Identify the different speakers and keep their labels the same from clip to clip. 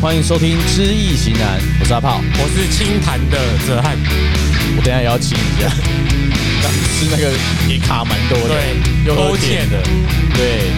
Speaker 1: 欢迎收听《知易行难》，我是阿炮，
Speaker 2: 我是清谈的泽汉，
Speaker 1: 我等一下也要请一 下，刚吃那个也卡蛮多的，
Speaker 2: 对
Speaker 1: 又
Speaker 2: 勾
Speaker 1: 喝甜
Speaker 2: 芡
Speaker 1: 的，对。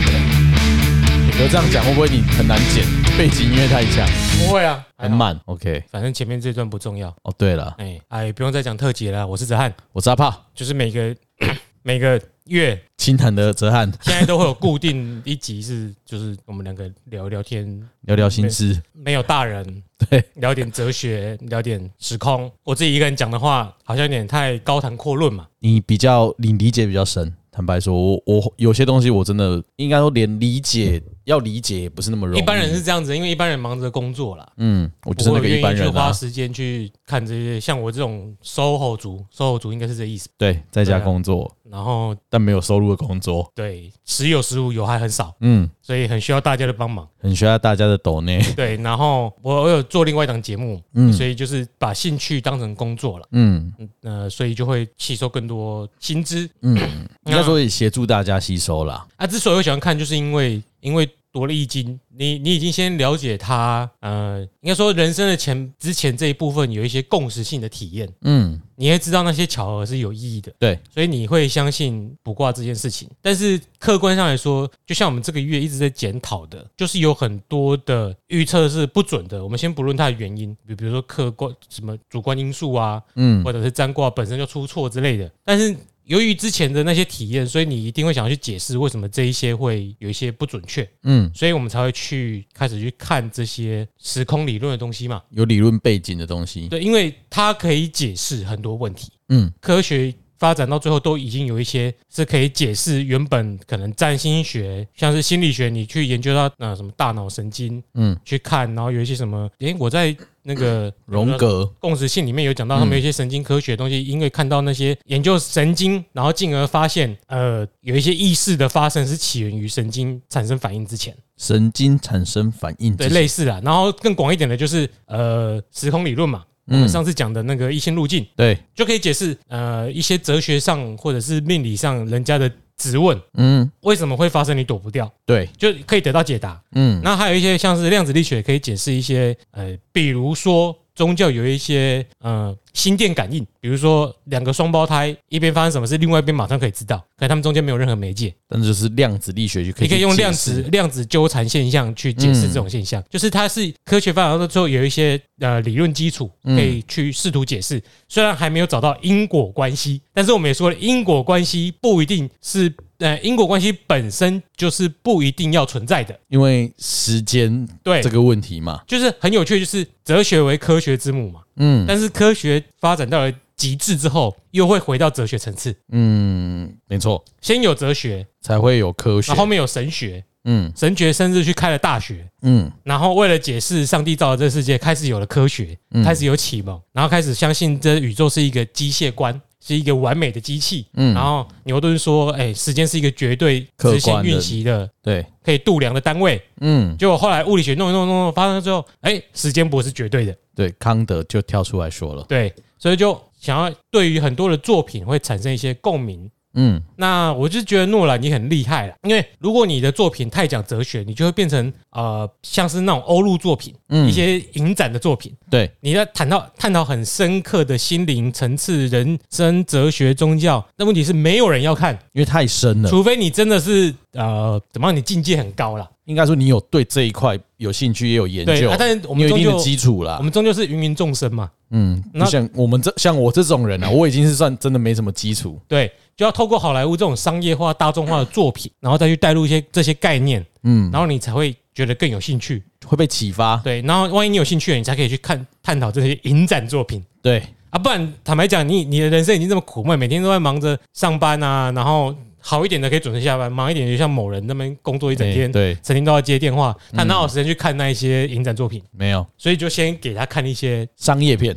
Speaker 1: 你哥这样讲会不会你很难剪？背景音乐太强，
Speaker 2: 不会啊，
Speaker 1: 很，慢。OK，
Speaker 2: 反正前面这段不重要。
Speaker 1: 哦对了，
Speaker 2: 哎哎，不用再讲特辑了，我是泽汉，
Speaker 1: 我是阿炮，
Speaker 2: 就是每个 每个月
Speaker 1: 清谈的泽汉
Speaker 2: 现在都会有固定一集是，就是我们两个聊聊天，
Speaker 1: 聊聊心事，
Speaker 2: 没有大人，
Speaker 1: 对，
Speaker 2: 聊点哲学，聊点时空。我自己一个人讲的话，好像有点太高谈阔论嘛。
Speaker 1: 你比较你理解比较深。坦白说，我我有些东西我真的应该说连理解要理解也不是那么容易。
Speaker 2: 嗯一般人是这样子，因为一般人忙着工作啦。
Speaker 1: 嗯，我就是
Speaker 2: 不
Speaker 1: 那个
Speaker 2: 会愿
Speaker 1: 一般
Speaker 2: 意去
Speaker 1: 人
Speaker 2: 花
Speaker 1: 啊。
Speaker 2: 时间去看这些，像我这种 SOHO 族，SOHO 族应该是这意思。
Speaker 1: 对，在家
Speaker 2: 对啊
Speaker 1: 工作，
Speaker 2: 然后
Speaker 1: 但没有收入的工作，
Speaker 2: 对，时有时无，有还很少，
Speaker 1: 嗯，
Speaker 2: 所以很需要大家的帮忙。
Speaker 1: 很需要大家的抖内，
Speaker 2: 对，然后我我有做另外一档节目，
Speaker 1: 嗯
Speaker 2: 所以就是把兴趣当成工作了，
Speaker 1: 嗯
Speaker 2: 呃，所以就会吸收更多薪资。
Speaker 1: 嗯，应该说也协助大家吸收啦。
Speaker 2: 啊，之所以我喜欢看，就是因为因为读了易经，你你已经先了解它，呃，应该说人生的前之前这一部分有一些共识性的体验，
Speaker 1: 嗯，
Speaker 2: 你会知道那些巧合是有意义的。
Speaker 1: 对，
Speaker 2: 所以你会相信卜卦这件事情。但是客观上来说，就像我们这个月一直在检讨的，就是有很多的预测是不准的。我们先不论它的原因，比比如说客观什么主观因素啊，
Speaker 1: 嗯
Speaker 2: 或者是占卦本身就出错之类的。但是由于之前的那些体验，所以你一定会想要去解释为什么这一些会有一些不准确，
Speaker 1: 嗯，
Speaker 2: 所以我们才会去开始去看这些时空理论的东西嘛。
Speaker 1: 有理论背景的东西，
Speaker 2: 对，因为它可以解释很多问题。
Speaker 1: 嗯
Speaker 2: 科学发展到最后，都已经有一些是可以解释原本可能占星学，像是心理学，你去研究到呃什么大脑神经
Speaker 1: 嗯，
Speaker 2: 去看，然后有一些什么，诶，我在那个
Speaker 1: 荣格，
Speaker 2: 共识性里面有讲到，他们有一些神经科学的东西，因为看到那些研究神经，然后进而发现，呃，有一些意识的发生是起源于神经产生反应之前，
Speaker 1: 神经产生反应，
Speaker 2: 对，，类似啊。然后更广一点的就是呃时空理论嘛，我
Speaker 1: 嗯
Speaker 2: 们，上次讲的那个一心路径。
Speaker 1: 对，
Speaker 2: 就可以解释呃一些哲学上或者是命理上人家的质问，
Speaker 1: 嗯，
Speaker 2: 为什么会发生你躲不掉，
Speaker 1: 对，
Speaker 2: 就可以得到解答。
Speaker 1: 嗯，
Speaker 2: 那还有一些像是量子力学可以解释一些呃，比如说宗教有一些呃心电感应，比如说两个双胞胎一边发生什么事，另外一边马上可以知道，可他们中间没有任何媒介。
Speaker 1: 但就是量子力学就可以，
Speaker 2: 你可以用量子，量子纠缠现象去解释这
Speaker 1: 嗯
Speaker 2: 种现象，就是它是科学发展到最后有一些呃理论基础
Speaker 1: 嗯
Speaker 2: 可以去试图解释，虽然还没有找到因果关系，但是我们也说了，因果关系不一定是呃因果关系本身就是不一定要存在的，
Speaker 1: 因为时间
Speaker 2: 对
Speaker 1: 这，个问题嘛，
Speaker 2: 就是很有趣，就是哲学为科学之母嘛，
Speaker 1: 嗯
Speaker 2: 但是科学发展到了极致之后，又会回到哲学层次，
Speaker 1: 嗯，没错，
Speaker 2: 先有哲学，
Speaker 1: 才会有科学
Speaker 2: 然后，后面有神学，
Speaker 1: 嗯
Speaker 2: 神学甚至去开了大学。
Speaker 1: 嗯
Speaker 2: 然后为了解释上帝造的这世界，开始有了科学，
Speaker 1: 嗯
Speaker 2: 开始有启蒙，然后开始相信这宇宙是一个机械观，是一个完美的机器。
Speaker 1: 嗯
Speaker 2: 然后牛顿说：“哎，时间是一个绝对直线运行的，
Speaker 1: 对，
Speaker 2: 可以度量的单位。”
Speaker 1: 嗯
Speaker 2: 结果后来物理学弄一弄弄一弄，发生之后，哎，时间不是绝对的，
Speaker 1: 对，康德就跳出来说了，
Speaker 2: 对，所以就想要对于很多的作品会产生一些共鸣。
Speaker 1: 嗯
Speaker 2: 那我就觉得诺兰你很厉害了，因为如果你的作品太讲哲学，你就会变成呃像是那种欧陆作品、
Speaker 1: 嗯
Speaker 2: 一些影展的作品，
Speaker 1: 对，
Speaker 2: 你在谈到探讨很深刻的心灵层次、人生、哲学、宗教，那问题是没有人要看，
Speaker 1: 因为太深了，
Speaker 2: 除非你真的是呃，怎么样，你境界很高啦。
Speaker 1: 应该说你有对这一块有兴趣，也有研
Speaker 2: 对，
Speaker 1: 究，
Speaker 2: 啊、但是我
Speaker 1: 你有
Speaker 2: 们终
Speaker 1: 一定的
Speaker 2: 究
Speaker 1: 基础
Speaker 2: 我
Speaker 1: 啦。
Speaker 2: 们终究是芸芸众生嘛，
Speaker 1: 嗯，
Speaker 2: 那
Speaker 1: 就像我们这像我这种 人啊，我已经是算真的没什么基础。
Speaker 2: 对，就要透过好莱坞这种商业化、大众化的作品，然后再去带入一些这些概念，
Speaker 1: 嗯，
Speaker 2: 然后你才会觉得更有兴趣。
Speaker 1: 会被启发。
Speaker 2: 对，然后万一你有兴趣了，你才可以去看探讨这些影展作品。
Speaker 1: 对，
Speaker 2: 啊，不然坦白讲，你你的人生已经这么苦闷，每天都在忙着上班啊，然后好一点的可以准时下班，忙一点就像某人那边工作一整天，
Speaker 1: 哎对，嗯
Speaker 2: 成天都要接电话，他哪有时间去看那一些影展作品？
Speaker 1: 没有
Speaker 2: 所以就先给他看一些，
Speaker 1: 商业片，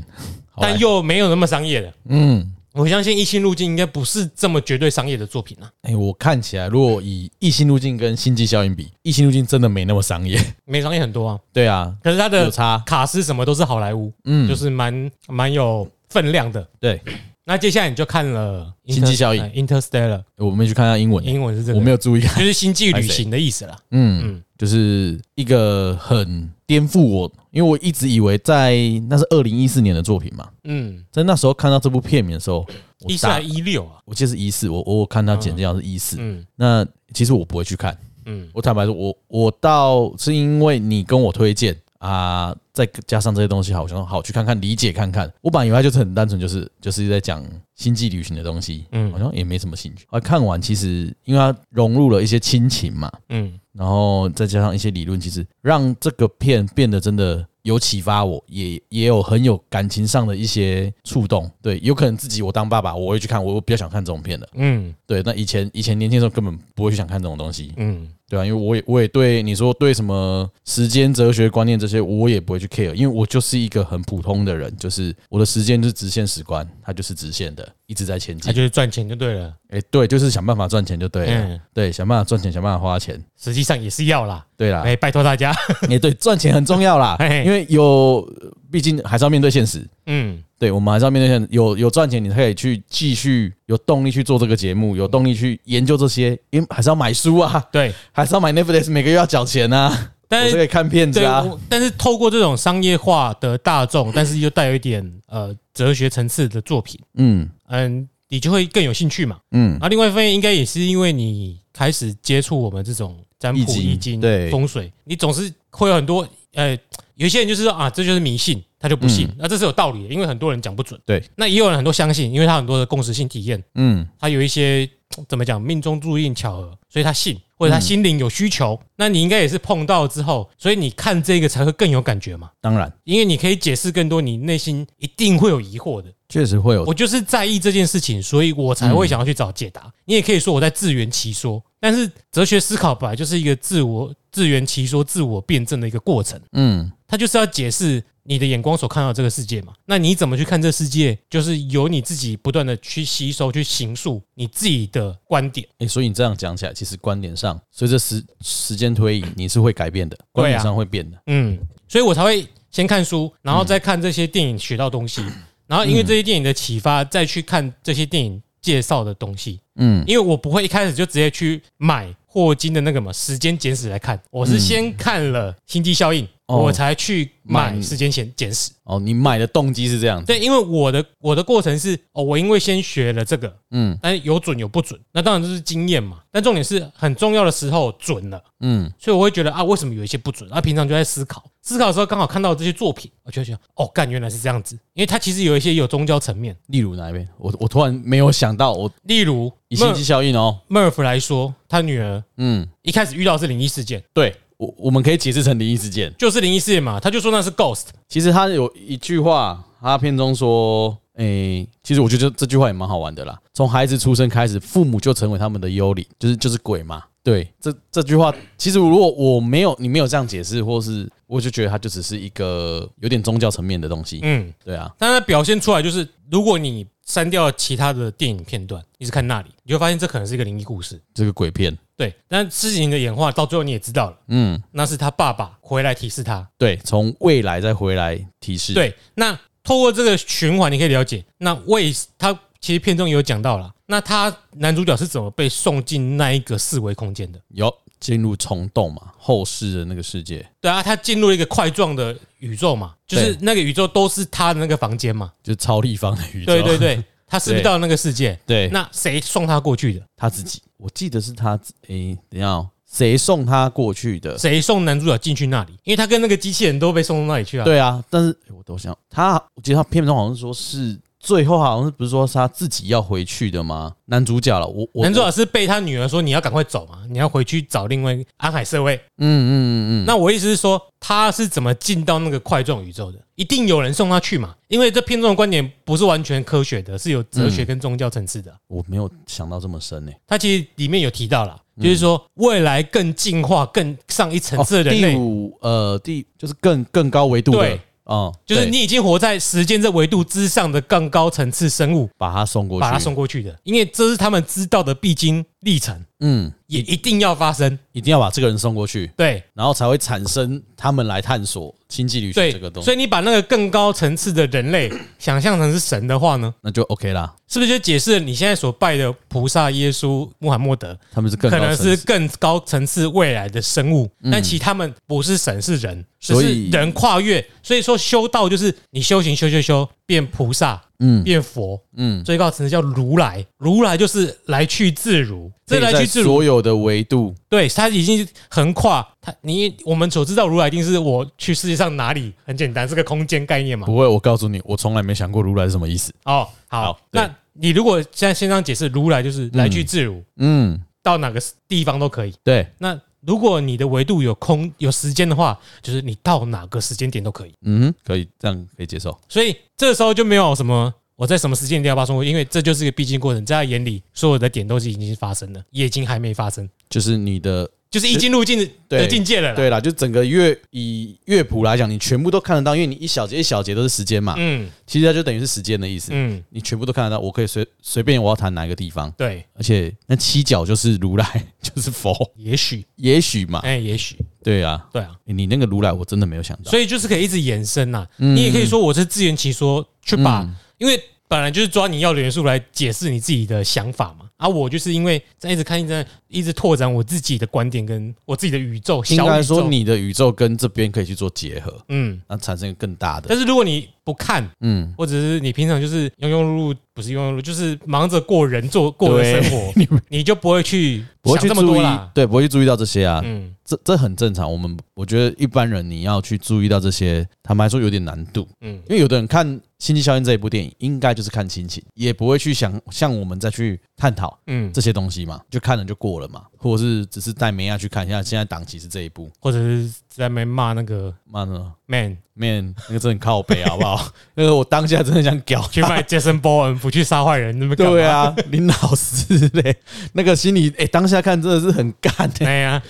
Speaker 1: 好来
Speaker 2: 但又没有那么商业的。
Speaker 1: 嗯，
Speaker 2: 我相信《一心路径》应该不是这么绝对商业的作品啊，
Speaker 1: 哎，我看起来如果以异星路径跟星际效应比，异星路径真的没那么商业。
Speaker 2: 没商业很多啊。
Speaker 1: 对啊，
Speaker 2: 可是他
Speaker 1: 有
Speaker 2: 的
Speaker 1: 差。
Speaker 2: 卡斯什么都是好莱坞，
Speaker 1: 嗯，
Speaker 2: 就
Speaker 1: 就是
Speaker 2: 是蛮蛮有分量的。
Speaker 1: 对，哎
Speaker 2: 那接下来你就看了《
Speaker 1: 星际效应
Speaker 2: 呃 Interstellar，
Speaker 1: 我们去看一下英文，
Speaker 2: 英文是这个，
Speaker 1: 我没
Speaker 2: 有，
Speaker 1: 有注意
Speaker 2: 就
Speaker 1: 看。
Speaker 2: 是星际旅行的意思啦。
Speaker 1: 嗯，就是一个很颠覆我，因为我一直以为在那是二零一四年的作品嘛，
Speaker 2: 嗯，
Speaker 1: 在那时候看到这部片名的时候，我
Speaker 2: 一四
Speaker 1: 大
Speaker 2: 还一六啊？
Speaker 1: 我记得是一四，我我我看他简介好像是一四、
Speaker 2: 嗯
Speaker 1: 那其实我不会去看，
Speaker 2: 嗯
Speaker 1: 我坦白说，我我倒是因为你跟我推荐啊，再加上这些东西，好像好去看看，理解看看。我本来以为它就是很单纯，就是就是在讲星际旅行的东西，
Speaker 2: 嗯
Speaker 1: 好像也没什么兴趣。啊，看完其实因为它融入了一些亲情嘛，
Speaker 2: 嗯
Speaker 1: 然后再加上一些理论，其实让这个片变得真的有启发我，也也有很有感情上的一些触动。对，有可能自己我当爸爸，我会去看，我我比较想看这种片的。
Speaker 2: 嗯
Speaker 1: 对，那以前以前年轻的时候根本不会去想看这种东西，
Speaker 2: 嗯
Speaker 1: 对啊，因为我也我也对你说对什么时间哲学观念这些，我也不会去 care，因为啊我就是一个很普通的人，就是我的时间就是直线史观，它就是直线的，一直在前
Speaker 2: 他
Speaker 1: 进。
Speaker 2: 就是赚钱就对了。
Speaker 1: 哎、对，就是想办法赚钱就对了，
Speaker 2: 嗯，
Speaker 1: 对，想办法赚钱，想办法花钱，
Speaker 2: 实际上也是要啦。
Speaker 1: 对啦，
Speaker 2: 哎，拜托大家。
Speaker 1: 也、哎对，赚钱很重要啦
Speaker 2: 嘿嘿，
Speaker 1: 因为有，毕竟还是要面对现实。
Speaker 2: 嗯
Speaker 1: 对，我们还是要面对现实，有有赚钱，你才可以去继续有动力去做这个节目，有动力去研究这些，因为还是要买书啊，，
Speaker 2: 对，
Speaker 1: 还是要买 Netflix，每个月要缴钱啊，
Speaker 2: 但
Speaker 1: 我
Speaker 2: 是
Speaker 1: 才可以看片子
Speaker 2: 哎对，
Speaker 1: 啊。
Speaker 2: 我但是透过这种商业化的大众，但是又带有一点呃哲学层次的作品，
Speaker 1: 嗯
Speaker 2: 嗯，你就会更有兴趣嘛。
Speaker 1: 嗯
Speaker 2: 啊，另外一方面应该也是因为你开始接触我们这种占卜、
Speaker 1: 易经
Speaker 2: 易经、
Speaker 1: 对
Speaker 2: 风水，你总是会有很多呃，有一些人就是说啊，这就是迷信，他就不信，那、这是有道理的，因为很多人讲不准。
Speaker 1: 嗯对，
Speaker 2: 那也有人很多相信，因为他很多的共识性体验，
Speaker 1: 嗯
Speaker 2: 他有一些怎么讲命中注定巧合，所以他信，或者他心灵有需
Speaker 1: 嗯
Speaker 2: 求。那你应该也是碰到之后，所以你看这个才会更有感觉嘛。
Speaker 1: 当然
Speaker 2: 因为你可以解释更多，你内心一定会有疑惑的。
Speaker 1: 确实会有
Speaker 2: 我就是在意这件事情，所以我才会想要去找解答。你也可以说我在自圆其说，但是哲学思考本来就是一个自我自圆其说、自我辩证的一个过程，
Speaker 1: 嗯
Speaker 2: 它就是要解释你的眼光所看到的这个世界嘛。那你怎么去看这世界，就是由你自己不断的去吸收、去形塑你自己的观点。
Speaker 1: 诶，所以你这样讲起来，其实观点上随着时时间推移，你是会改变的，
Speaker 2: 啊
Speaker 1: 观点上会变的。
Speaker 2: 嗯，所以我才会先看书，然后再看这些电影学到东西，然后因为这些电影的启发，再去看这些电影介绍的东西。
Speaker 1: 嗯
Speaker 2: 因为我不会一开始就直接去买霍金的那个嘛《时间简史》来看，我是先看了《星际效应》，
Speaker 1: 哦
Speaker 2: 我才去买
Speaker 1: 买
Speaker 2: 《时间简简史》。
Speaker 1: 哦，你买的动机是这样子。
Speaker 2: 对，因为我的我的过程是哦，我因为先学了这个，
Speaker 1: 嗯
Speaker 2: 但是有准有不准，那当然就是经验嘛。但重点是很重要的时候准了，
Speaker 1: 嗯
Speaker 2: 所以我会觉得啊，为什么有一些不准？啊，平常就在思考，思考的时候刚好看到这些作品，我就会觉得哦，干原来是这样子，因为它其实有一些有宗教层面，
Speaker 1: 例如哪一边？我我突然没有想到，我
Speaker 2: 例如
Speaker 1: 以心机效应哦。
Speaker 2: Murph 来说，他女儿
Speaker 1: 嗯，
Speaker 2: 一开始遇到的是灵异事件。
Speaker 1: 对我我们可以解释成灵异事件。
Speaker 2: 就是灵异事件嘛，他就说那是 ghost，
Speaker 1: 其实他有一句话，他片中说，诶、其实我觉得这这句话也蛮好玩的啦。从孩子出生开始，父母就成为他们的幽灵，就是就是鬼嘛。对，这这句话，其实如果我没有你没有这样解释，或是我就觉得它就只是一个有点宗教层面的东西。
Speaker 2: 嗯，
Speaker 1: 对啊，
Speaker 2: 但它表现出来就是，如果你删掉其他的电影片段，你只看那里，你会发现这可能是一个灵异故事。
Speaker 1: 这个鬼片，
Speaker 2: 对，但事情的演化到最后你也知道了，
Speaker 1: 嗯，
Speaker 2: 那是他爸爸回来提示他。
Speaker 1: 对，从未来再回来提示。，
Speaker 2: 对，那透过这个循环，你可以了解，那为他其实片中也有讲到了，那他男主角是怎么被送进那一个四维空间的？
Speaker 1: 有进入虫洞嘛，后世的那个世界，
Speaker 2: 对啊，他进入了一个块状的宇宙嘛，就是
Speaker 1: 对
Speaker 2: 那个宇宙都是他的那个房间嘛。
Speaker 1: 就是超立方的宇宙。
Speaker 2: 对对对，他是不是
Speaker 1: 对
Speaker 2: 到那个世界？
Speaker 1: 对，
Speaker 2: 那谁送他过去的？
Speaker 1: 他自己，我记得是他自，诶、等一下、哦，谁送他过去的？
Speaker 2: 谁送男主角进去那里？因为他跟那个机器人都被送到那里去啊。，
Speaker 1: 对啊，但是诶我都想，他我记得他片中好像说是最后好像是不是说是他自己要回去的吗？男主角了，我我嗯
Speaker 2: 男主
Speaker 1: 我
Speaker 2: 角是被他女儿说你要赶快走嘛，你要回去找另外一个安海社会。
Speaker 1: 嗯嗯嗯嗯，
Speaker 2: 那我意思是说，他是怎么进到那个块状宇宙的？一定有人送他去嘛？因为这片中的观点不是完全科学的，是有哲
Speaker 1: 嗯
Speaker 2: 学跟宗教层次的。
Speaker 1: 我没有想到这么深呢、
Speaker 2: 他其实里面有提到啦，就是说未来更进化、更上一层
Speaker 1: 哦
Speaker 2: 次的人
Speaker 1: 第
Speaker 2: 类，
Speaker 1: 五呃第就是更更高维度的
Speaker 2: 对，
Speaker 1: 嗯，
Speaker 2: 就是
Speaker 1: 对
Speaker 2: 你已经活在时间这维度之上的更高层次生物，
Speaker 1: 把他送过去，
Speaker 2: 把他送过去的，因为这是他们知道的必经历程
Speaker 1: 嗯，
Speaker 2: 也一定要发生。
Speaker 1: 一定要把这个人送过去，
Speaker 2: 对
Speaker 1: 然后才会产生他们来探索星际旅行
Speaker 2: 对
Speaker 1: 这个，东西，
Speaker 2: 所以你把那个更高层次的人类想象成是神的话呢，
Speaker 1: 那就 OK 啦。
Speaker 2: 是不是就解释了你现在所拜的菩萨、耶稣、穆罕默德
Speaker 1: 他们是更
Speaker 2: 可
Speaker 1: 高
Speaker 2: 能
Speaker 1: 层
Speaker 2: 是
Speaker 1: 次，嗯
Speaker 2: 更高层次未来的生物，但其实他们不是神，是人，
Speaker 1: 所
Speaker 2: 只
Speaker 1: 以
Speaker 2: 是人跨越。所以说修道就是你修行修修修变菩萨，
Speaker 1: 嗯
Speaker 2: 变佛，
Speaker 1: 嗯，
Speaker 2: 最高层次叫如来，如来就是来去自如，这来
Speaker 1: 可以
Speaker 2: 去
Speaker 1: 在
Speaker 2: 自如，
Speaker 1: 所有的维度，
Speaker 2: 对它已经横跨它。你我们所知道如来一定是我去世界上哪里，很简单，是个空间概念嘛。
Speaker 1: 不会，我告诉你，我从来没想过如来是什么意思。
Speaker 2: 哦，好，
Speaker 1: 好对
Speaker 2: 那你如果现在线上解释如来就是来去自如，
Speaker 1: 嗯，
Speaker 2: 到哪个地方都可以。
Speaker 1: 对，
Speaker 2: 那如果你的维度有空有时间的话，就是你到哪个时间点都可以。
Speaker 1: 嗯，可以，这样可以接受。
Speaker 2: 所以这时候就没有什么我在什么时间点要发生过，因为这就是一个必经过程，在他眼里所有的点都是已经发生了，也已经还没发生，
Speaker 1: 就是你的
Speaker 2: 就是一进入境
Speaker 1: 对
Speaker 2: 的境界了啦。
Speaker 1: 对啦，就整个乐以乐谱来讲，你全部都看得到，因为你一小节一小节都是时间嘛，
Speaker 2: 嗯
Speaker 1: 其实它就等于是时间的意思，
Speaker 2: 嗯，
Speaker 1: 你全部都看得到。我可以随随便我要谈哪一个地方，
Speaker 2: 对，
Speaker 1: 而且那七角就是如来， 就是佛，
Speaker 2: 也许，
Speaker 1: 也许嘛，
Speaker 2: 哎，也许，
Speaker 1: 对啊，
Speaker 2: 对啊，
Speaker 1: 欸你那个如来我真的没有想到，
Speaker 2: 所以就是可以一直延伸呐。你也可以说我是自圆其说，去把，
Speaker 1: 嗯
Speaker 2: 因为本来就是抓你要的元素来解释你自己的想法嘛。啊，我就是因为在一直看，一直在一直拓展我自己的观点，跟我自己的宇宙，
Speaker 1: 应
Speaker 2: 小
Speaker 1: 该
Speaker 2: 宇
Speaker 1: 说
Speaker 2: 宙。
Speaker 1: 你的宇宙跟这边可以去做结合，
Speaker 2: 嗯，
Speaker 1: 那产生更大的，
Speaker 2: 但是如果你不看，
Speaker 1: 嗯，
Speaker 2: 或者是你平常就是庸庸碌碌，不是庸庸碌碌，就是忙着过人做过的生活，
Speaker 1: 你们
Speaker 2: 你就不会去
Speaker 1: 不会
Speaker 2: 想
Speaker 1: 去
Speaker 2: 这么多
Speaker 1: 注意
Speaker 2: 啦，。
Speaker 1: 对，不会去注意到这些啊，
Speaker 2: 嗯，
Speaker 1: 这这很正常。我们我觉得一般人你要去注意到这些，坦白说有点难度。
Speaker 2: 嗯
Speaker 1: 嗯，因为有的人看《星际效应》这一部电影，应该就是看心情，也不会去想像我们再去探讨
Speaker 2: 嗯，
Speaker 1: 这些东西嘛，就看了就过了嘛，或者是只是带梅亚去看一下。现在档期是这一部，
Speaker 2: 或者是在那边骂那个
Speaker 1: 妈的
Speaker 2: man
Speaker 1: 面那个真的很靠北，好不好？ 那个我当下真的想屌
Speaker 2: 去
Speaker 1: 他。
Speaker 2: 卖 Jason Bourne 不去杀坏人，那么干嘛
Speaker 1: 对，啊，林老师嘞，那个心里哎、当下看真的是很干哎、
Speaker 2: 哎呀，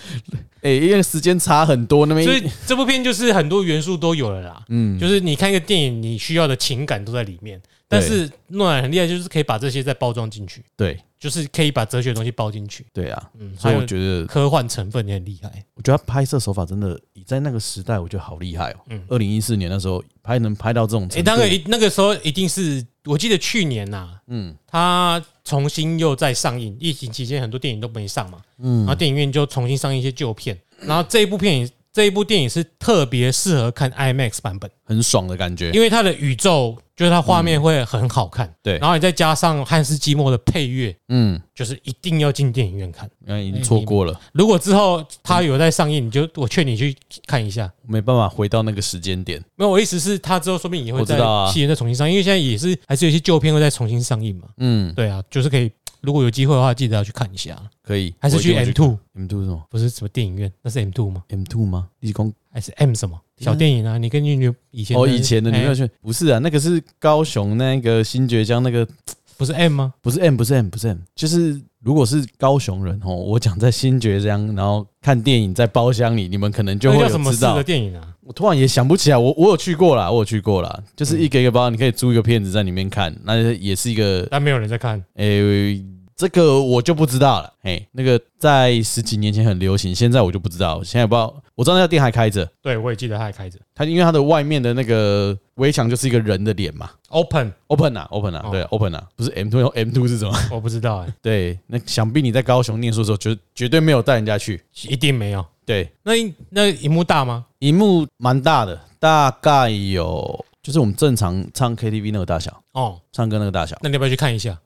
Speaker 1: 哎、因为时间差很多，那边
Speaker 2: 所以这部片就是很多元素都有了啦。嗯，就是你看一个电影，你需要的情感都在里面，但是诺兰很厉害，就是可以把这些再包装进去，
Speaker 1: 对
Speaker 2: 就是可以把哲学的东西包进去，
Speaker 1: 对啊，
Speaker 2: 嗯，
Speaker 1: 所以
Speaker 2: 还
Speaker 1: 我
Speaker 2: 有
Speaker 1: 觉得
Speaker 2: 科幻成分也很厉害。
Speaker 1: 我觉得他拍摄手法真的，以在那个时代，我觉得好厉害哦。
Speaker 2: 嗯
Speaker 1: 二零一四年那时候拍能拍到这种程度，
Speaker 2: 哎，那个一那个时候一定是，我记得去年呐，
Speaker 1: 嗯
Speaker 2: 它重新又再上映，疫情期间很多电影都没上嘛，然后
Speaker 1: 嗯，
Speaker 2: 电影院就重新上映一些旧片，然后这一部片也这一部电影是特别适合看 IMAX 版本。
Speaker 1: 很爽的感觉。
Speaker 2: 因为它的宇宙就是它画面会很好看，
Speaker 1: 嗯对
Speaker 2: 然后你再加上汉斯季默的配乐，
Speaker 1: 嗯，
Speaker 2: 就是一定要进电影院看。
Speaker 1: 那已经错过了，
Speaker 2: 如果之后它有在上映，你就我劝你去看一下。
Speaker 1: 没办法回到那个时间点。
Speaker 2: 没有，我意思是它之后说不定也会
Speaker 1: 我知
Speaker 2: 在
Speaker 1: 道啊
Speaker 2: 戏院再重新上映，因为现在也是还是有一些旧片会再重新上映嘛。
Speaker 1: 嗯，
Speaker 2: 对啊，就是可以，如果有机会的话，记得要去看一下。
Speaker 1: 可以，
Speaker 2: 还是去 M two，
Speaker 1: M two 什么
Speaker 2: 不是什么电影院，那是 M two 吗？
Speaker 1: M two 吗？立功
Speaker 2: 还是 M 什么小电影啊？你跟你女以前
Speaker 1: 嗯哦，以前的女朋友
Speaker 2: 哎
Speaker 1: 去不是啊，那个是高雄那个新觉江那个，
Speaker 2: 不是 M 吗？
Speaker 1: 不是 M，不是 M，不是 M，就是如果是高雄人哦，我讲在新觉江，然后看电影在包厢里，你们可能就
Speaker 2: 那
Speaker 1: 会
Speaker 2: 叫
Speaker 1: 有
Speaker 2: 什么
Speaker 1: 知
Speaker 2: 事
Speaker 1: 道
Speaker 2: 的电影啊？
Speaker 1: 我突然也想不起来，我我有去过啦，我有去过啦，就是一个一个包，你可以租一个片子在里面看，那也是一个
Speaker 2: 但没有人在看。
Speaker 1: 诶、这个我就不知道了，嘿，那个在十几年前很流行，现在我就不知道，现在不知道，我知道那家店还开着，
Speaker 2: 对，我也记得它还开着。
Speaker 1: 它因为它的外面的那个围墙就是一个人的脸嘛
Speaker 2: Open，
Speaker 1: ，open 啊，open 啊，
Speaker 2: 哦
Speaker 1: 对，open 啊，不是 M two M two 是什么？
Speaker 2: 我不知道哎、
Speaker 1: 对，那想必你在高雄念书的时候，绝绝对没有带人家去，
Speaker 2: 一定没有。
Speaker 1: 对，
Speaker 2: 那那荧幕大吗？
Speaker 1: 荧幕蛮大的，大概有就是我们正常唱 KTV 那个大小，
Speaker 2: 哦，
Speaker 1: 唱歌那个大小。
Speaker 2: 那你要不要去看一下？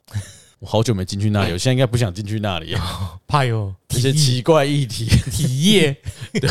Speaker 1: 我好久没进去那里，我现在应该不想进去那里，
Speaker 2: 怕有
Speaker 1: 哎哦 一些
Speaker 2: 体
Speaker 1: 奇怪议 题，
Speaker 2: 体 液，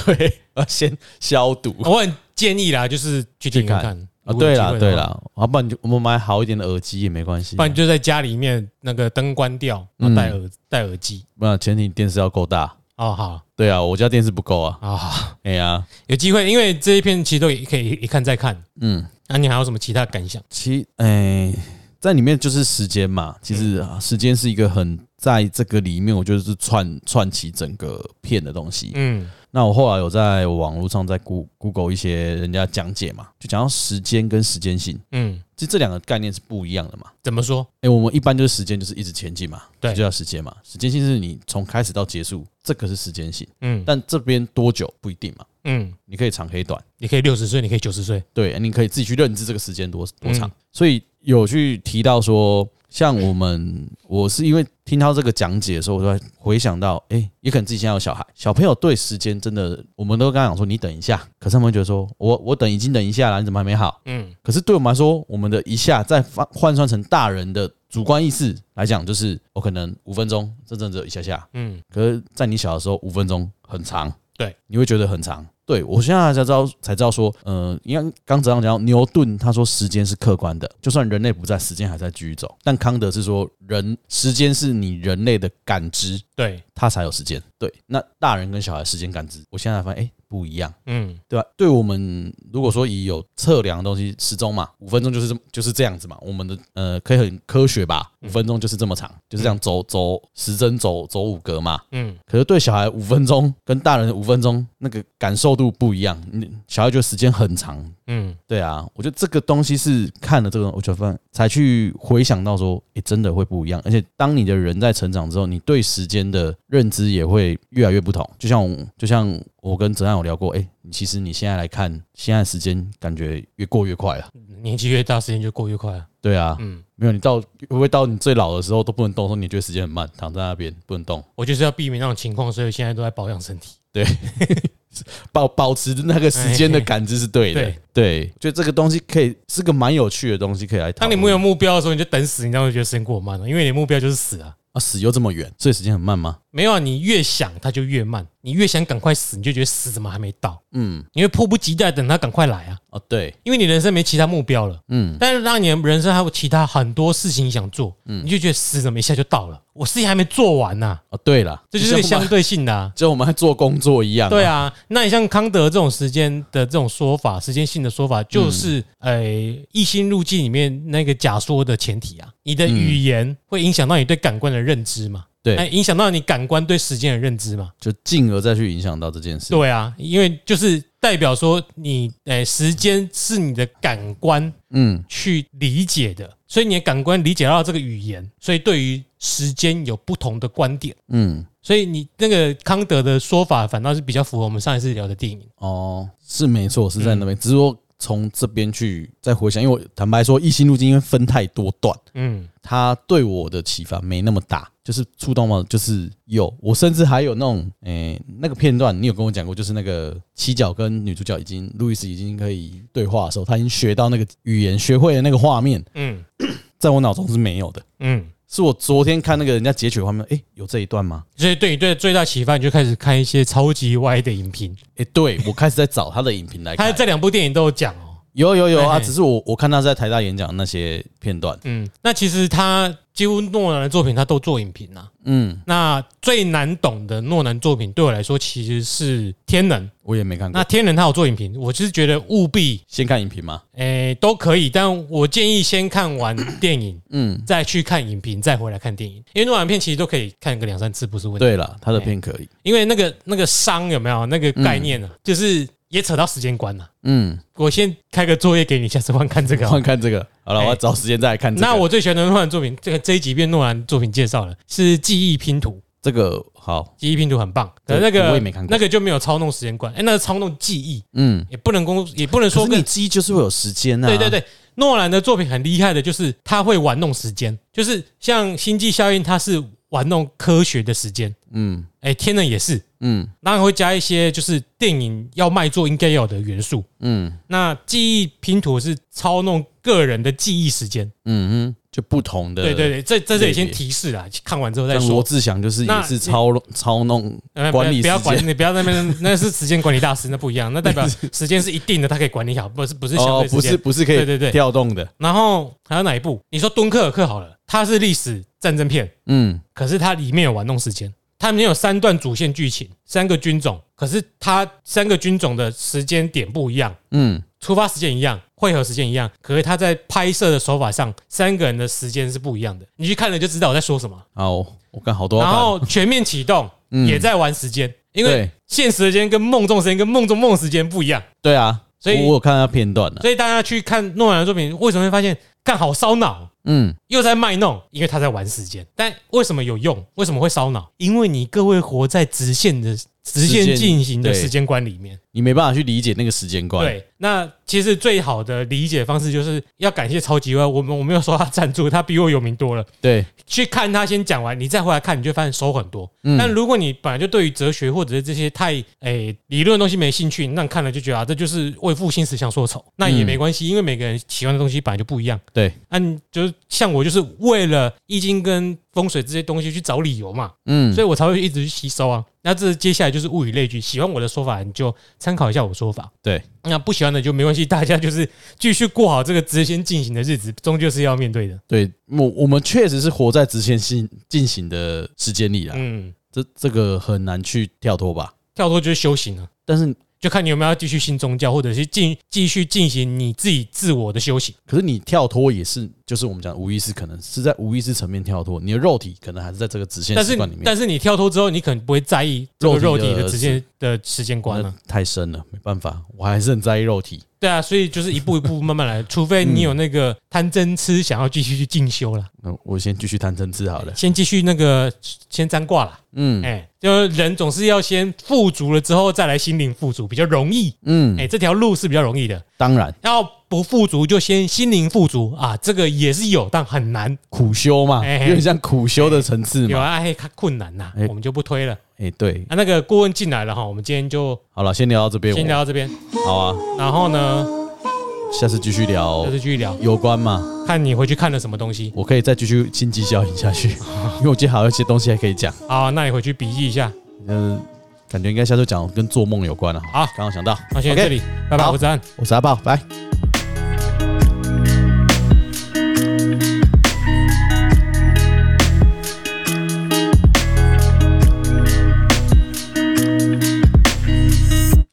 Speaker 1: 对，要先消毒
Speaker 2: 我很建议啦，就是去电影院
Speaker 1: 去看
Speaker 2: 看哦
Speaker 1: 啊。对
Speaker 2: 啦
Speaker 1: 啦，对
Speaker 2: 啦，
Speaker 1: 啦，啊，不然你就我们买好一点的耳机也没关系啊
Speaker 2: 不，然你就在家里面那个灯关掉，然后戴耳戴耳机。
Speaker 1: 不然前提电视要够大。
Speaker 2: 哦，好
Speaker 1: 对啊，我家电视不够啊。
Speaker 2: 啊， 好
Speaker 1: 哎呀，
Speaker 2: 有机会，因为这一片其实都也可以一看再看。
Speaker 1: 嗯，
Speaker 2: 那你还有什么其他感想？
Speaker 1: 其哎，在里面就是时间嘛，其实啊时间是一个很在这个里面，我觉得是串串起整个片的东西。
Speaker 2: 嗯
Speaker 1: 那我后来有在网络上在 Goo- Google 一些人家讲解嘛，就讲到时间跟时间性，
Speaker 2: 嗯，
Speaker 1: 其实这两个概念是不一样的嘛。
Speaker 2: 怎么说？
Speaker 1: 哎、我们一般就是时间就是一直前进嘛，
Speaker 2: 对
Speaker 1: 就叫时间嘛。时间性是你从开始到结束，这个是时间性，
Speaker 2: 嗯
Speaker 1: 但这边多久不一定嘛，
Speaker 2: 嗯，
Speaker 1: 你可以长可以短。
Speaker 2: 你可以六十岁，你可以九十岁，
Speaker 1: 对，你可以自己去认知这个时间多多长。
Speaker 2: 嗯
Speaker 1: 所以有去提到说，像我们，我是因为听到这个讲解的时候，我就在回想到，哎、也可能自己现在有小孩，小朋友对时间真的，我们都刚刚讲说你等一下，可是他们会觉得说我我等已经等一下了，你怎么还没好？
Speaker 2: 嗯，
Speaker 1: 可是对我们来说，我们的一下再换换算成大人的主观意识来讲，就是我可能五分钟，这真的只有一下下。
Speaker 2: 嗯，
Speaker 1: 可是，在你小的时候，五分钟很长，
Speaker 2: 对，
Speaker 1: 你会觉得很长。对我现在才知道，才知道说，呃，因为刚才讲到牛顿他说时间是客观的，就算人类不在，时间还在继续走。但康德是说人时间是你人类的感知，
Speaker 2: 对，
Speaker 1: 它才有时间。对，那大人跟小孩时间感知，我现在才发现，哎、不一样。
Speaker 2: 嗯
Speaker 1: 对吧、对我们如果说以有测量的东西，时钟嘛，五分钟就是这么就是这样子嘛。我们的呃可以很科学吧，五分钟就是这么长，就是这样走走时针走走五格嘛。
Speaker 2: 嗯，
Speaker 1: 可是对小孩五分钟跟大人的五分钟那个感受度不一样，你小孩觉得时间很长。
Speaker 2: 嗯，
Speaker 1: 对啊，我觉得这个东西是看了这个，我就发现才去回想到说，诶、真的会不一样。而且当你的人在成长之后，你对时间的认知也会越来越不同。就像我就像我跟泽安有聊过，诶、你其实你现在来看，现在时间感觉越过越快了。
Speaker 2: 年纪越大，时间就过越快了。
Speaker 1: 对啊，
Speaker 2: 嗯，
Speaker 1: 没有你到会不会到你最老的时候都不能动，说你觉得时间很慢，躺在那边不能动，
Speaker 2: 我就是要避免那种情况，所以现在都在保养身体。
Speaker 1: 保保持那个时间的感知是对的。
Speaker 2: 哎对
Speaker 1: 对，就这个东西可以是个蛮有趣的东西，可以来讨
Speaker 2: 当
Speaker 1: 论。
Speaker 2: 你没有目标的时候，你就等死，你这样会觉得时间过慢了，因为你的目标就是死啊。
Speaker 1: 啊死又这么远，所以时间很慢吗？
Speaker 2: 没有啊，你越想它就越慢，你越想赶快死，你就觉得死怎么还没到，
Speaker 1: 嗯，
Speaker 2: 你会迫不及待等它赶快来啊，
Speaker 1: 哦对，
Speaker 2: 因为你人生没其他目标了。
Speaker 1: 嗯。
Speaker 2: 但是当你的人生还有其他很多事情想做，你就觉得死怎么一下就到了，我事情还没做完呐、
Speaker 1: 哦，对了，
Speaker 2: 这就
Speaker 1: 像
Speaker 2: 是一
Speaker 1: 我
Speaker 2: 个
Speaker 1: 们
Speaker 2: 相，对性的、啊。
Speaker 1: 就我们在做工作一样。
Speaker 2: 对，啊，那你像康德这种时间的这种说法，时间性的说法，就是呃《一心入境》里面那个假说的前提啊，你的语言会影响到你对感官的认知嘛？
Speaker 1: 对
Speaker 2: 那影响到你感官对时间的认知嘛？
Speaker 1: 就进而再去影响到这件事。
Speaker 2: 对啊，因为就是代表说你呃时间是你的感官
Speaker 1: 嗯，
Speaker 2: 去理解的，所以你的感官理解到这个语言，所以对于时间有不同的观点。
Speaker 1: 嗯，
Speaker 2: 所以你那个康德的说法，反倒是比较符合我们上一次聊的电影。
Speaker 1: 哦，是没错，是在那
Speaker 2: 嗯
Speaker 1: 边，只是说从这边去再回想，因为我坦白说，一心路径因为分太多段，
Speaker 2: 嗯，
Speaker 1: 它对我的启发没那么大，就是触动到就是有，我甚至还有那种，诶、那个片段你有跟我讲过，就是那个七角跟女主角已经路易斯已经可以对话的时候，他已经学到那个语言，学会了那个画面，
Speaker 2: 嗯
Speaker 1: 在我脑中是没有的。
Speaker 2: 嗯，
Speaker 1: 是我昨天看那个人家截取的画面，诶、有这一段吗？
Speaker 2: 所以对你对最大启发，你就开始看一些超级歪的影评。
Speaker 1: 诶，对我开始在找他的影评来
Speaker 2: 他
Speaker 1: 看，
Speaker 2: 这两部电影都有讲哦。
Speaker 1: 有有有啊，
Speaker 2: 嘿嘿
Speaker 1: 只是我我看他在台大演讲的那些片段，
Speaker 2: 嗯，那其实他几乎诺兰的作品，他都做影评啊。
Speaker 1: 嗯，
Speaker 2: 那最难懂的诺兰作品，对我来说其实是《天能》。
Speaker 1: 我也没看
Speaker 2: 那
Speaker 1: 过。
Speaker 2: 《天能》他有做影评，我就是觉得务必，
Speaker 1: 先看影评嘛，
Speaker 2: 诶、都可以，但我建议先看完电影，
Speaker 1: 嗯，
Speaker 2: 再去看影评，再回来看电影。因为诺兰片其实都可以看个两三次，不是问
Speaker 1: 嗯
Speaker 2: 题。
Speaker 1: 对了，他的片可以，
Speaker 2: 因为那个那个伤有没有那个概念呢、啊？就是也扯到时间观啊了、
Speaker 1: 嗯，
Speaker 2: 我先开个作业给你，下次换看这个好了。
Speaker 1: 换看这个好了，
Speaker 2: 哎
Speaker 1: 我要找时间再来看这个。
Speaker 2: 那我最喜欢的诺兰作品，这个这一集变诺兰作品介绍了，是《记忆拼图》。
Speaker 1: 这个好，
Speaker 2: 记忆拼图很棒，可是那
Speaker 1: 对
Speaker 2: 个
Speaker 1: 我也没看过
Speaker 2: 那个就没有操弄时间观，哎、那个操弄记忆，
Speaker 1: 嗯，
Speaker 2: 也不能公，也不能
Speaker 1: 可
Speaker 2: 说
Speaker 1: 是你
Speaker 2: 跟
Speaker 1: 记忆就是会有时间啊，
Speaker 2: 对对，对，诺兰的作品很厉害的，就是他会玩弄时间，就是像《星际效应》，它是玩弄科学的时间，
Speaker 1: 嗯
Speaker 2: 哎、天能也是，
Speaker 1: 嗯
Speaker 2: 当然会加一些就是电影要卖座应该有的元素。
Speaker 1: 嗯
Speaker 2: 那记忆拼图是操弄个人的记忆时间，
Speaker 1: 嗯嗯，就不同的，
Speaker 2: 对对，对，这这这里
Speaker 1: 类
Speaker 2: 先
Speaker 1: 别
Speaker 2: 提示啦，看完之后再
Speaker 1: 像罗
Speaker 2: 说。
Speaker 1: 志祥就是
Speaker 2: 那
Speaker 1: 也是操弄操弄
Speaker 2: 呃
Speaker 1: 管理
Speaker 2: 不要
Speaker 1: 时
Speaker 2: 不要管
Speaker 1: 间，
Speaker 2: 你，不要在那边，那是时间管理大师，那不一样，那代表 时间是一定的，他可以管理好，不是不是相
Speaker 1: 哦
Speaker 2: 对，时
Speaker 1: 不是
Speaker 2: 间。
Speaker 1: 不是可
Speaker 2: 对对对
Speaker 1: 以调动的，
Speaker 2: 然后还有哪一部？你说敦刻尔克好了，它是历史战争片，
Speaker 1: 嗯
Speaker 2: 可是它里面有玩弄时间，它里面有三段主线剧情，三个军种，可是它三个军种的时间点不一样，
Speaker 1: 嗯
Speaker 2: 出发时间一样，汇合时间一样，可是他在拍摄的手法上，三个人的时间是不一样的。你去看了就知道我在说什么。
Speaker 1: 好，我看好多要
Speaker 2: 然
Speaker 1: 看。
Speaker 2: 后全面启动
Speaker 1: 嗯
Speaker 2: 也在玩时间，因为
Speaker 1: 对
Speaker 2: 现实的时间跟梦中的时间跟梦中梦的时间不一样，
Speaker 1: 对啊，
Speaker 2: 所
Speaker 1: 我
Speaker 2: 以
Speaker 1: 我有看他片段啊了，
Speaker 2: 所以大家去看诺兰的作品，为什么会发现干好烧脑？
Speaker 1: 嗯，
Speaker 2: 又在卖弄，因为他在玩时间。但为什么有用？为什么会烧脑？因为你各位活在直线的直线进行的时间观里面。
Speaker 1: 你没办法去理解那个时间观，
Speaker 2: 对，那其实最好的理解方式就是要感谢超级外，我们我没有说他赞助，他比我有名多了。
Speaker 1: 对
Speaker 2: 去看他先讲完，你再回来看，你就会发现收很多。但如果你本来就对于哲学或者是这些太诶、理论的东西没兴趣，那你看了就觉得啊，这就是为赋新词强说愁，那也没关系，因为每个人喜欢的东西本来就不一样。
Speaker 1: 对，
Speaker 2: 按就是像我就是为了易经跟风水这些东西去找理由嘛，
Speaker 1: 嗯，
Speaker 2: 所以我才会一直去吸收啊。那这接下来就是物以类聚，喜欢我的说法你就参考一下我的说法，
Speaker 1: 对，
Speaker 2: 那不喜欢的就没关系，大家就是继续过好这个直先进行的日子，终究是要面对的。
Speaker 1: 对，我我们确实是活在直线性进行的时间里啦，
Speaker 2: 嗯，
Speaker 1: 这这个很难去跳脱吧？
Speaker 2: 跳脱就是修行啊，
Speaker 1: 但是
Speaker 2: 就看你有没有要继续信宗教，或者是进继续进行你自己自我的修行。
Speaker 1: 可是你跳脱也是，就是我们讲无意识，可能是在无意识层面跳脱，你的肉体可能还是在这个直线
Speaker 2: 但
Speaker 1: 习
Speaker 2: 是
Speaker 1: 惯里面，
Speaker 2: 但是你跳脱之后，你可能不会在意这个肉
Speaker 1: 肉体
Speaker 2: 体
Speaker 1: 的
Speaker 2: 的直接的时间观了、
Speaker 1: 那太深了，没办法，我还是很在意肉体。
Speaker 2: 对啊，所以就是一步一步慢慢来，除非你有那个贪嗔痴想要继续去进修了，
Speaker 1: 那嗯我先继续谈政治好了。
Speaker 2: 先继续那个先占卦了。
Speaker 1: 嗯
Speaker 2: 哎、就是人总是要先富足了之后再来心灵富足，比较容易。
Speaker 1: 嗯
Speaker 2: 哎、，这条路是比较容易的。
Speaker 1: 当然
Speaker 2: 要不富足就先心灵富足啊，这个也是有，但很难，
Speaker 1: 苦修嘛，
Speaker 2: 哎
Speaker 1: 有点像苦修的层次
Speaker 2: 有
Speaker 1: 嘛。
Speaker 2: 啊，嘿，它困难呐、
Speaker 1: 哎
Speaker 2: 我们就不推了。
Speaker 1: 哎，对，
Speaker 2: 啊，那个顾问进来了哈，我们今天就
Speaker 1: 好了，先聊到这边，
Speaker 2: 先聊到这边，
Speaker 1: 我好啊，
Speaker 2: 然后呢，
Speaker 1: 下次继续聊
Speaker 2: 就是继续聊，
Speaker 1: 有关嘛，
Speaker 2: 看你回去看了什么东西。
Speaker 1: 我可以再继续心机效应 下去，因为我今天还有一些东西还可以讲。
Speaker 2: 好，那你回去笔记一下。
Speaker 1: 嗯，感觉应该下周讲跟做梦有关了。啊
Speaker 2: 好
Speaker 1: 刚刚想到，
Speaker 2: 那先到这里，拜拜，
Speaker 1: 好
Speaker 2: 我是安。
Speaker 1: 我是阿豹，拜。